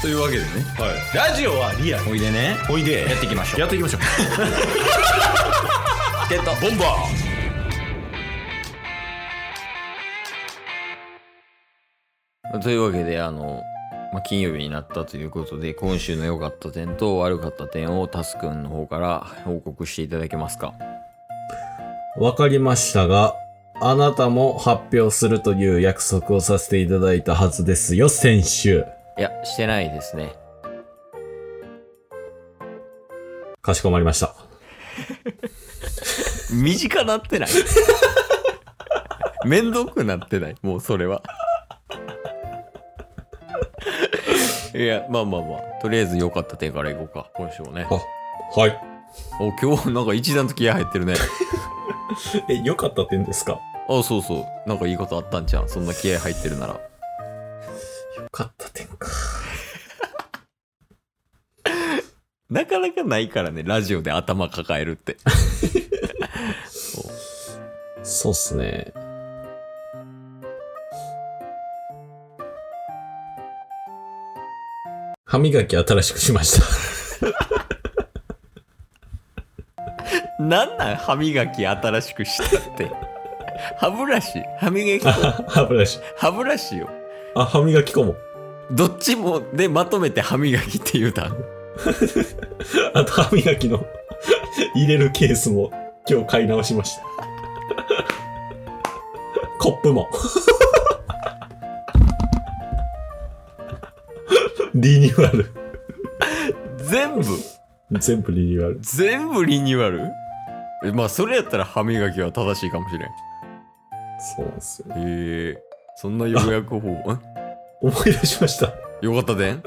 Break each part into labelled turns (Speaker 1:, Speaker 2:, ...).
Speaker 1: というわけでね
Speaker 2: はい、ラジオはリアル
Speaker 1: おいでね
Speaker 2: おいで
Speaker 1: やっていきましょう
Speaker 2: やっていきましょう
Speaker 1: ゲット
Speaker 2: ボンバ
Speaker 1: というわけであの、まあ、金曜日になったということで今週の良かった点と悪かった点をタスくんの方から報告していただけますか
Speaker 3: わかりましたが、あなたも発表するという約束をさせていただいたはずですよ、先週。
Speaker 1: いやしてないですね
Speaker 3: かしこまりました。
Speaker 1: 短なってないめんどくなってないもうそれはいやまあまあまあとりあえず良かった点からいこうか今週もね
Speaker 3: はい。
Speaker 1: お今日なんか一段と気合入ってるね
Speaker 3: え、良かった点ですか
Speaker 1: あそうそうなんかいいことあったんじゃんそんな気合入ってるなら
Speaker 3: 良かった点か。
Speaker 1: なかなかないからね、ラジオで頭抱えるって。
Speaker 3: そうっすね。歯磨き新しくしました。
Speaker 1: なんなん歯磨き新しくしたって。歯ブラシ歯磨き粉
Speaker 3: 歯ブラシ。
Speaker 1: 歯ブラシよ。
Speaker 3: あ、歯磨き粉も。
Speaker 1: どっちもでまとめて歯磨きって言うたん
Speaker 3: あと歯磨きの入れるケースも今日買い直しました。 コップも。 リニューアル。
Speaker 1: 全部、
Speaker 3: 全部リニューアル。
Speaker 1: 全部リニューアルえまあ、それやったら歯磨きは正しいかもしれん。へ
Speaker 3: そうなんですよね。
Speaker 1: えそんな予約方法、ん
Speaker 3: 思い出しました。
Speaker 1: よかったでん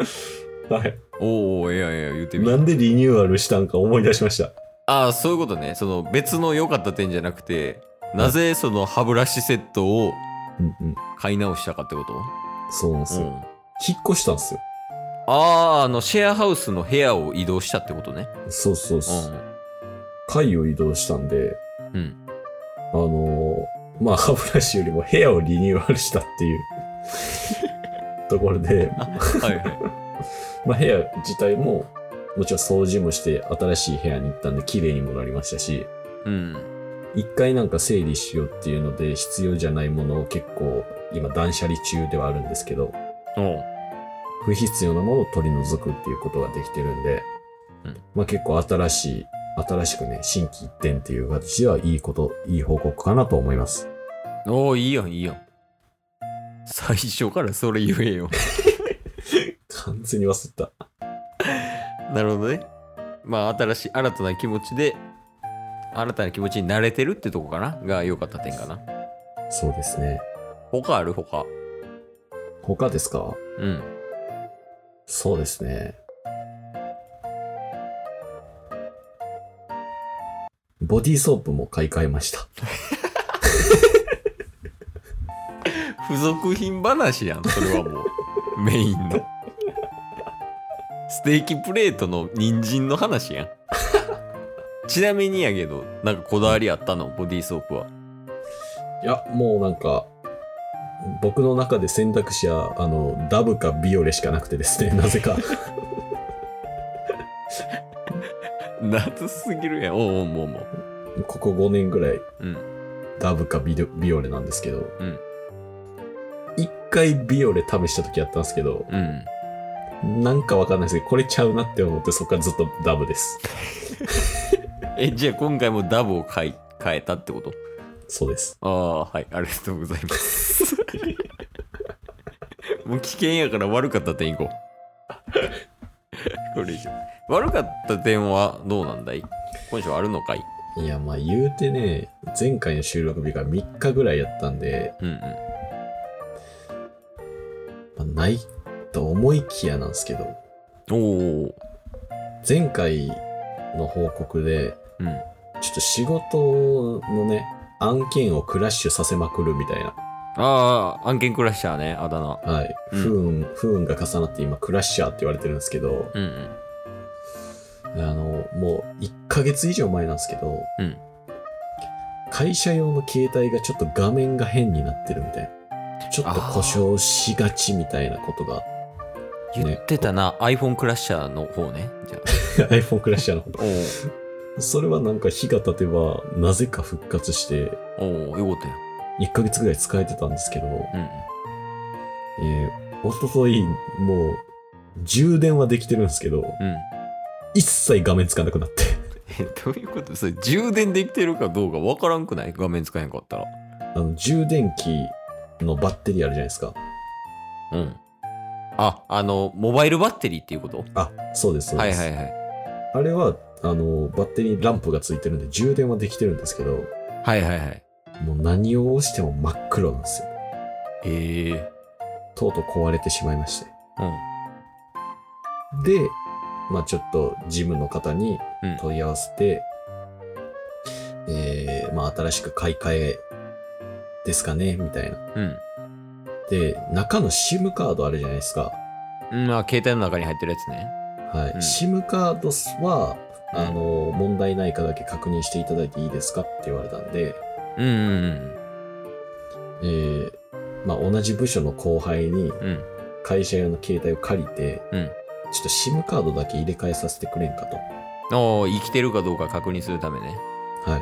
Speaker 3: はい。
Speaker 1: おうおう、いやいや、言うてみ。
Speaker 3: なんでリニューアルしたんか思い出しました。
Speaker 1: ああ、そういうことね。その別の良かった点じゃなくて、なぜその歯ブラシセットを
Speaker 3: うんうん。
Speaker 1: 買い直したかってこと
Speaker 3: そうなんですよ。
Speaker 1: ん、
Speaker 3: 引っ越したんですよ。
Speaker 1: あああのシェアハウスの部屋を移動したってことね
Speaker 3: そうそう
Speaker 1: う
Speaker 3: そう。階を移動したんで、
Speaker 1: ん、うん、
Speaker 3: あのーまあ、歯ブラシよりも部屋をリニューアルしたっ ていうところで、
Speaker 1: はいはい
Speaker 3: まあ、部屋自体も、もちろん掃除もして新しい部屋に行ったんで綺麗にもなりましたし、
Speaker 1: うん
Speaker 3: 一回なんか整理しようっていうので必要じゃないものを結構今断捨離中ではあるんですけど、
Speaker 1: おう
Speaker 3: 不必要なものを取り除くっていうことができてるんで、
Speaker 1: うん
Speaker 3: まあ結構新しい、新しくね、新規一点っていう形ではいいこと、いい報告かなと思います。
Speaker 1: おういいやんいいやん最初からそれ言えよ
Speaker 3: 完全に忘れた。
Speaker 1: なるほどねまあ新しい新たな気持ちで新たな気持ちに慣れてるってとこかなが良かった点かな
Speaker 3: そうですね。
Speaker 1: 他ある他
Speaker 3: 他ですか
Speaker 1: うん
Speaker 3: そうですね。ボディーソープも買い替えました。
Speaker 1: 付属品話やんそれはもうメインのステーキプレートの人参の話やんちなみにやけどなんかこだわりあったのボディーソープはい
Speaker 3: や、もうなんか、僕の中で選択肢は、あの、ダブかビオレしかなくてですね、なぜか。
Speaker 1: 夏すぎるやんおうおうもうもう
Speaker 3: ここ5年ぐらい、
Speaker 1: うん
Speaker 3: ダブかビドビオレなんですけど、
Speaker 1: ん
Speaker 3: 一回ビオレ試した時やったんですけど、
Speaker 1: うん
Speaker 3: なんかわかんないですけど、これちゃうなって思って、そっからずっとダブです。
Speaker 1: えじゃあ今回もダブを買い変えたってこと
Speaker 3: そうです。
Speaker 1: ああはいありがとうございます もう危険やから悪かった点いこう これ以上悪かった点はどうなんだい今週あるのかい
Speaker 3: いや、まあ言うてね、前回の収録日が3日ぐらいやったんで、
Speaker 1: うんうん
Speaker 3: まあないと思いきやなんですけど、
Speaker 1: おお、
Speaker 3: 前回の報告で、
Speaker 1: うん、
Speaker 3: ちょっと仕事のね、案件をクラッシュさせまくるみたいな、
Speaker 1: ああ案件クラッシャーねあだ名
Speaker 3: はい、
Speaker 1: うん
Speaker 3: 不運、不運が重なって今クラッシャーって言われてるんですけど、
Speaker 1: うんうん
Speaker 3: あの、もう1ヶ月以上前なんですけど、
Speaker 1: うん
Speaker 3: 会社用の携帯がちょっと画 面が変になってるみたいな、ちょっと故障しがちみたいなことが
Speaker 1: 言ってたな、iPhone クラッシャーの方ね。じゃ
Speaker 3: iPhone クラッシャーのこ
Speaker 1: あお
Speaker 3: と。それはなんか日が経てば、なぜか復活して、
Speaker 1: うおうよかったよ。
Speaker 3: 1ヶ月ぐらい使えてたんですけど、
Speaker 1: うんうん。
Speaker 3: えー、おととい、もう、充電はできてるんですけど、
Speaker 1: うん。
Speaker 3: 一切画面つかなくなって。
Speaker 1: え、どういうことそれ充電できてるかどうかわからんくない画面使えへんかったら。
Speaker 3: あの、充電器のバッテリーあるじゃないですか。
Speaker 1: うん。あ、あの、モバイルバッテリーっていうこと
Speaker 3: あ、そうです、そう
Speaker 1: は
Speaker 3: で
Speaker 1: い
Speaker 3: す。
Speaker 1: はいはい。
Speaker 3: あれは、あの、バッテリーランプがついてるんで、充電はできてるんですけど、
Speaker 1: はいはいはい。
Speaker 3: もう何を押しても真っ黒なんですよ。
Speaker 1: へえ。
Speaker 3: とうとう壊れてしまいまして。
Speaker 1: うん。
Speaker 3: で、まあちょっと、ジムの方に
Speaker 1: うん
Speaker 3: 問い合わせて、えー、まあ新しく買い替えですかね、みたいな。
Speaker 1: うん。
Speaker 3: で、中の SIM カードあるじゃないですか。
Speaker 1: うん、まあ、携帯の中に入ってるやつね。
Speaker 3: はい。
Speaker 1: うん
Speaker 3: SIM カードは、
Speaker 1: うん
Speaker 3: あの、問題ないかだけ確認していただいていいですかって言われたんで、
Speaker 1: うんうん
Speaker 3: えー、まあ、同じ部署の後輩
Speaker 1: う
Speaker 3: に
Speaker 1: ん。うん。
Speaker 3: 会社用の携帯を借りて、
Speaker 1: うん
Speaker 3: ちょっと SIM カードだけ入れ替えさせてくれんかと。
Speaker 1: おお、生きてるかどうか確認するためね。
Speaker 3: は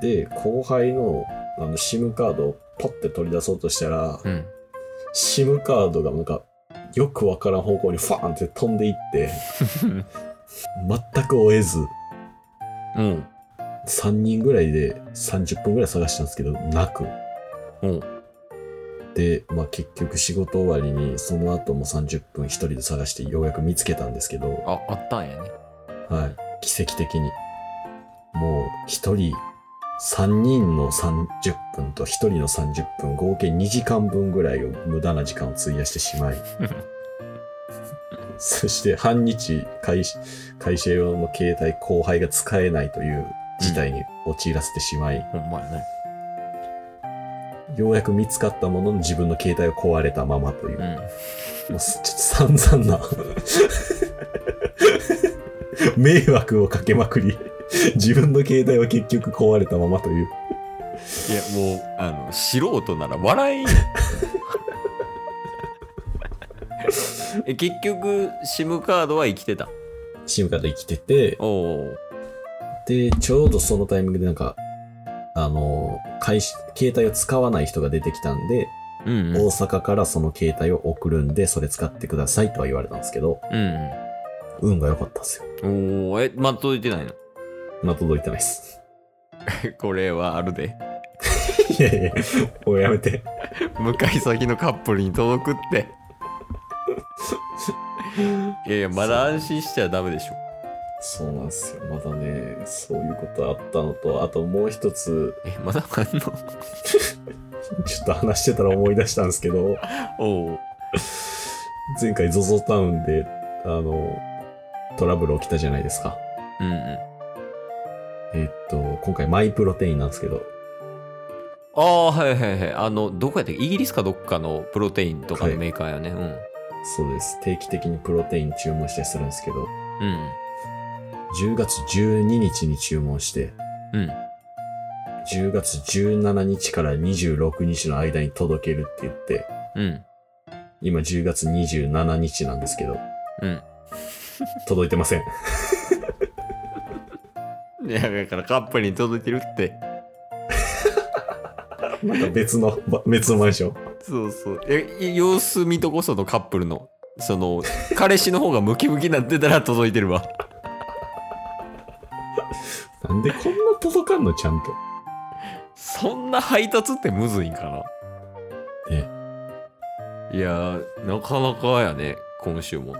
Speaker 3: い。で、後輩の、あの、SIM カードをポッて取り出そうとしたら、
Speaker 1: うん。
Speaker 3: SIM カードがなんか、よくわからん方向にファーンって飛んでい って、全く追えず、
Speaker 1: うん。
Speaker 3: 3人ぐらいで30分ぐらい探したんですけど、なく。
Speaker 1: うん。
Speaker 3: で、まあ結局仕事終わりに、その後も30分一人で探してようやく見つけたんですけど、
Speaker 1: あ、あったんやね。
Speaker 3: はい。奇跡的に。もう一人、3人の30分と1人の30分、合計2時間分ぐらいを無駄な時間を費やしてしまい、そして半日会社会社用の携帯後輩が使えないという事態に陥らせてしまい、
Speaker 1: ほんまやね。
Speaker 3: ようやく見つかったものの自分の携帯を壊れたままという、
Speaker 1: う
Speaker 3: も
Speaker 1: ん。
Speaker 3: うすちょっと散々な迷惑をかけまくり、自分の携帯は結局壊れたままという、
Speaker 1: いや、もう、あの、素人なら笑えんよ え、結局、SIM カードは生きてた。
Speaker 3: シムカード生きてて、
Speaker 1: おお。
Speaker 3: で、ちょうどそのタイミングでなんか、あの、会社携帯を使わない人が出てきたんで、
Speaker 1: うん、うん。
Speaker 3: 大阪からその携帯を送るんで、それ使ってくださいとは言われたんですけど、
Speaker 1: うん
Speaker 3: 運が良かったですよ。
Speaker 1: うん。おお、え、まだ届いてないの
Speaker 3: まあ、届いてないです。
Speaker 1: これはあるで。
Speaker 3: いやいや、もうやめて。
Speaker 1: 向かい先のカップルに届くって。いやいや、まだ安心しちゃダメでしょ。
Speaker 3: そうなんですよ。まだね、そういうことあったのと、あともう一つ、
Speaker 1: え、まだあんの
Speaker 3: ちょっと話してたら思い出したんですけど、
Speaker 1: おお。
Speaker 3: 前回 ZOZO タウンで、あの、トラブル起きたじゃないですか。
Speaker 1: うんうん。
Speaker 3: えっと、今回マイプロテインなんですけど、
Speaker 1: ああ、はいはいはい。あの、どこやったっけイギリスかどっかのプロテインとかのメーカーやね。
Speaker 3: そうです。定期的にプロテイン注文したりするんですけど、
Speaker 1: うん。
Speaker 3: 10月12日に注文して、
Speaker 1: うん。うん。
Speaker 3: 10月17日から26日の間に届けるって言って、
Speaker 1: うん。
Speaker 3: 今10月27日なんですけど、
Speaker 1: うん。
Speaker 3: 届いてません。
Speaker 1: いや、だからカップルに届いてるって。
Speaker 3: また別の、ば別のマンション。
Speaker 1: そうそう。え、様子見とこそのカップルの、その、彼氏の方がムキムキになってたら届いてるわ。
Speaker 3: なんでこんな届かんのちゃんと。
Speaker 1: そんな配達ってむずいんかな
Speaker 3: ね
Speaker 1: いやー、なかなかやね、今週も。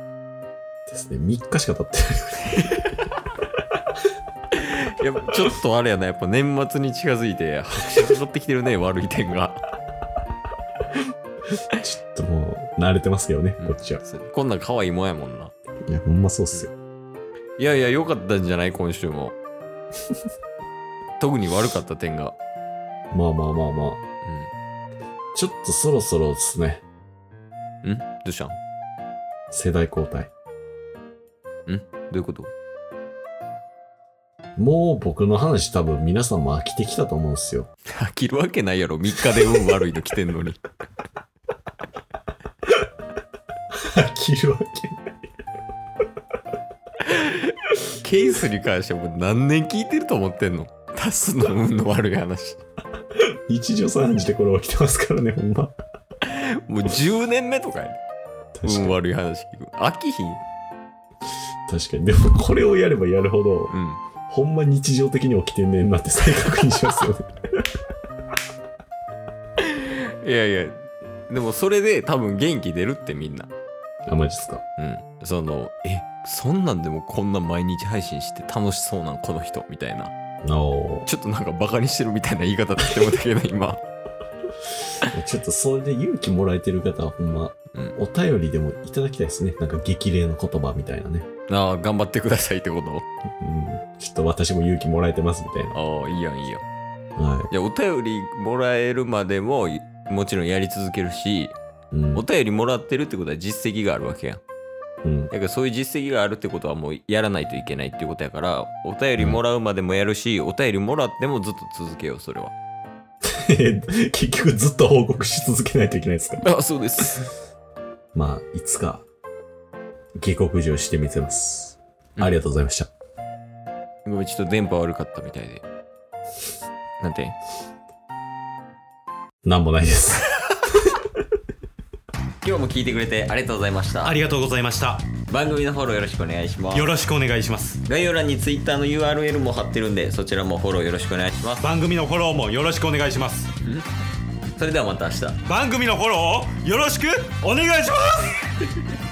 Speaker 3: ですね。3日しか経ってない。
Speaker 1: やっぱちょっとあれやな、やっぱ年末に近づいて、拍車かかってきてる ね、悪い点が。
Speaker 3: ちょっともう、慣れてますけどね、こっちは。
Speaker 1: こんなん可愛いもんやもんな。
Speaker 3: いや、ほんまそうっすよ。
Speaker 1: いやいや、良かったんじゃない今週も。特に悪かった点が。
Speaker 3: まあまあまあまあ。ちょっとそろそろですね。
Speaker 1: うん。んどうしたんど
Speaker 3: 世代交代。
Speaker 1: ういうこと
Speaker 3: もう僕の話多分皆さんも飽きてきたと思うんですよ。
Speaker 1: 飽きるわけないやろ。3日で運悪いの来てんのに。
Speaker 3: 飽きるわけない。
Speaker 1: ケースに関してはもう何年聞いてると思ってんのタスの運の悪い話
Speaker 3: 一助三時でこれ起きてますからね、ほんま。
Speaker 1: もう10年目とかやで
Speaker 3: 確か
Speaker 1: 運
Speaker 3: に。
Speaker 1: 悪い話聞く飽きひん
Speaker 3: 確かに。でも、これをやればやるほど、
Speaker 1: うん
Speaker 3: ほんま日常的に起きてんねんなって再確認しますよね。
Speaker 1: いやいやでもそれで多分元気出るってみんな
Speaker 3: あ、マジっすか。
Speaker 1: うんそのえそんなんでもこんな毎日配信して楽しそうなんこの人みたいな
Speaker 3: お
Speaker 1: ちょっとなんかバカにしてるみたいな言い方だって思ったけど今
Speaker 3: ちょっとそれで勇気もらえてる方はほんま、
Speaker 1: うん
Speaker 3: お便りでもいただきたいですね。なんか激励の言葉みたいなね。
Speaker 1: ああ頑張ってくださいってこ
Speaker 3: うん。ちょっと私も勇気もらえてますみたいな。
Speaker 1: とああいいやんいいやん
Speaker 3: は
Speaker 1: じゃあお便りもらえるまでももちろんやり続けるし
Speaker 3: い。うん
Speaker 1: お。便りもらってるってことは実績があるわけやん
Speaker 3: うん。
Speaker 1: だからそういう実績があるってことはもうやらないといけないっていうことやからお便りもらうまでもやるしお便りもらってもずっと続けようそれは
Speaker 3: 結局ずっと報告し続けないといけないですから。
Speaker 1: あそうです
Speaker 3: まあ、いつか、下克上してみせます。ありがとうございました。
Speaker 1: ごめんちょっと電波悪かったみたいでなんて
Speaker 3: なんもないです。
Speaker 1: 今日も聞いてくれてありがとうございました
Speaker 2: ありがとうございました
Speaker 1: 番組のフォローよろしくお願いします
Speaker 2: よろしくお願いします
Speaker 1: 概要欄に Twitter の URL も貼ってるんでそちらもフォローよろしくお願いします
Speaker 2: 番組のフォローもよろしくお願いします
Speaker 1: それではまた明日
Speaker 2: 番組のフォローをよろしくお願いします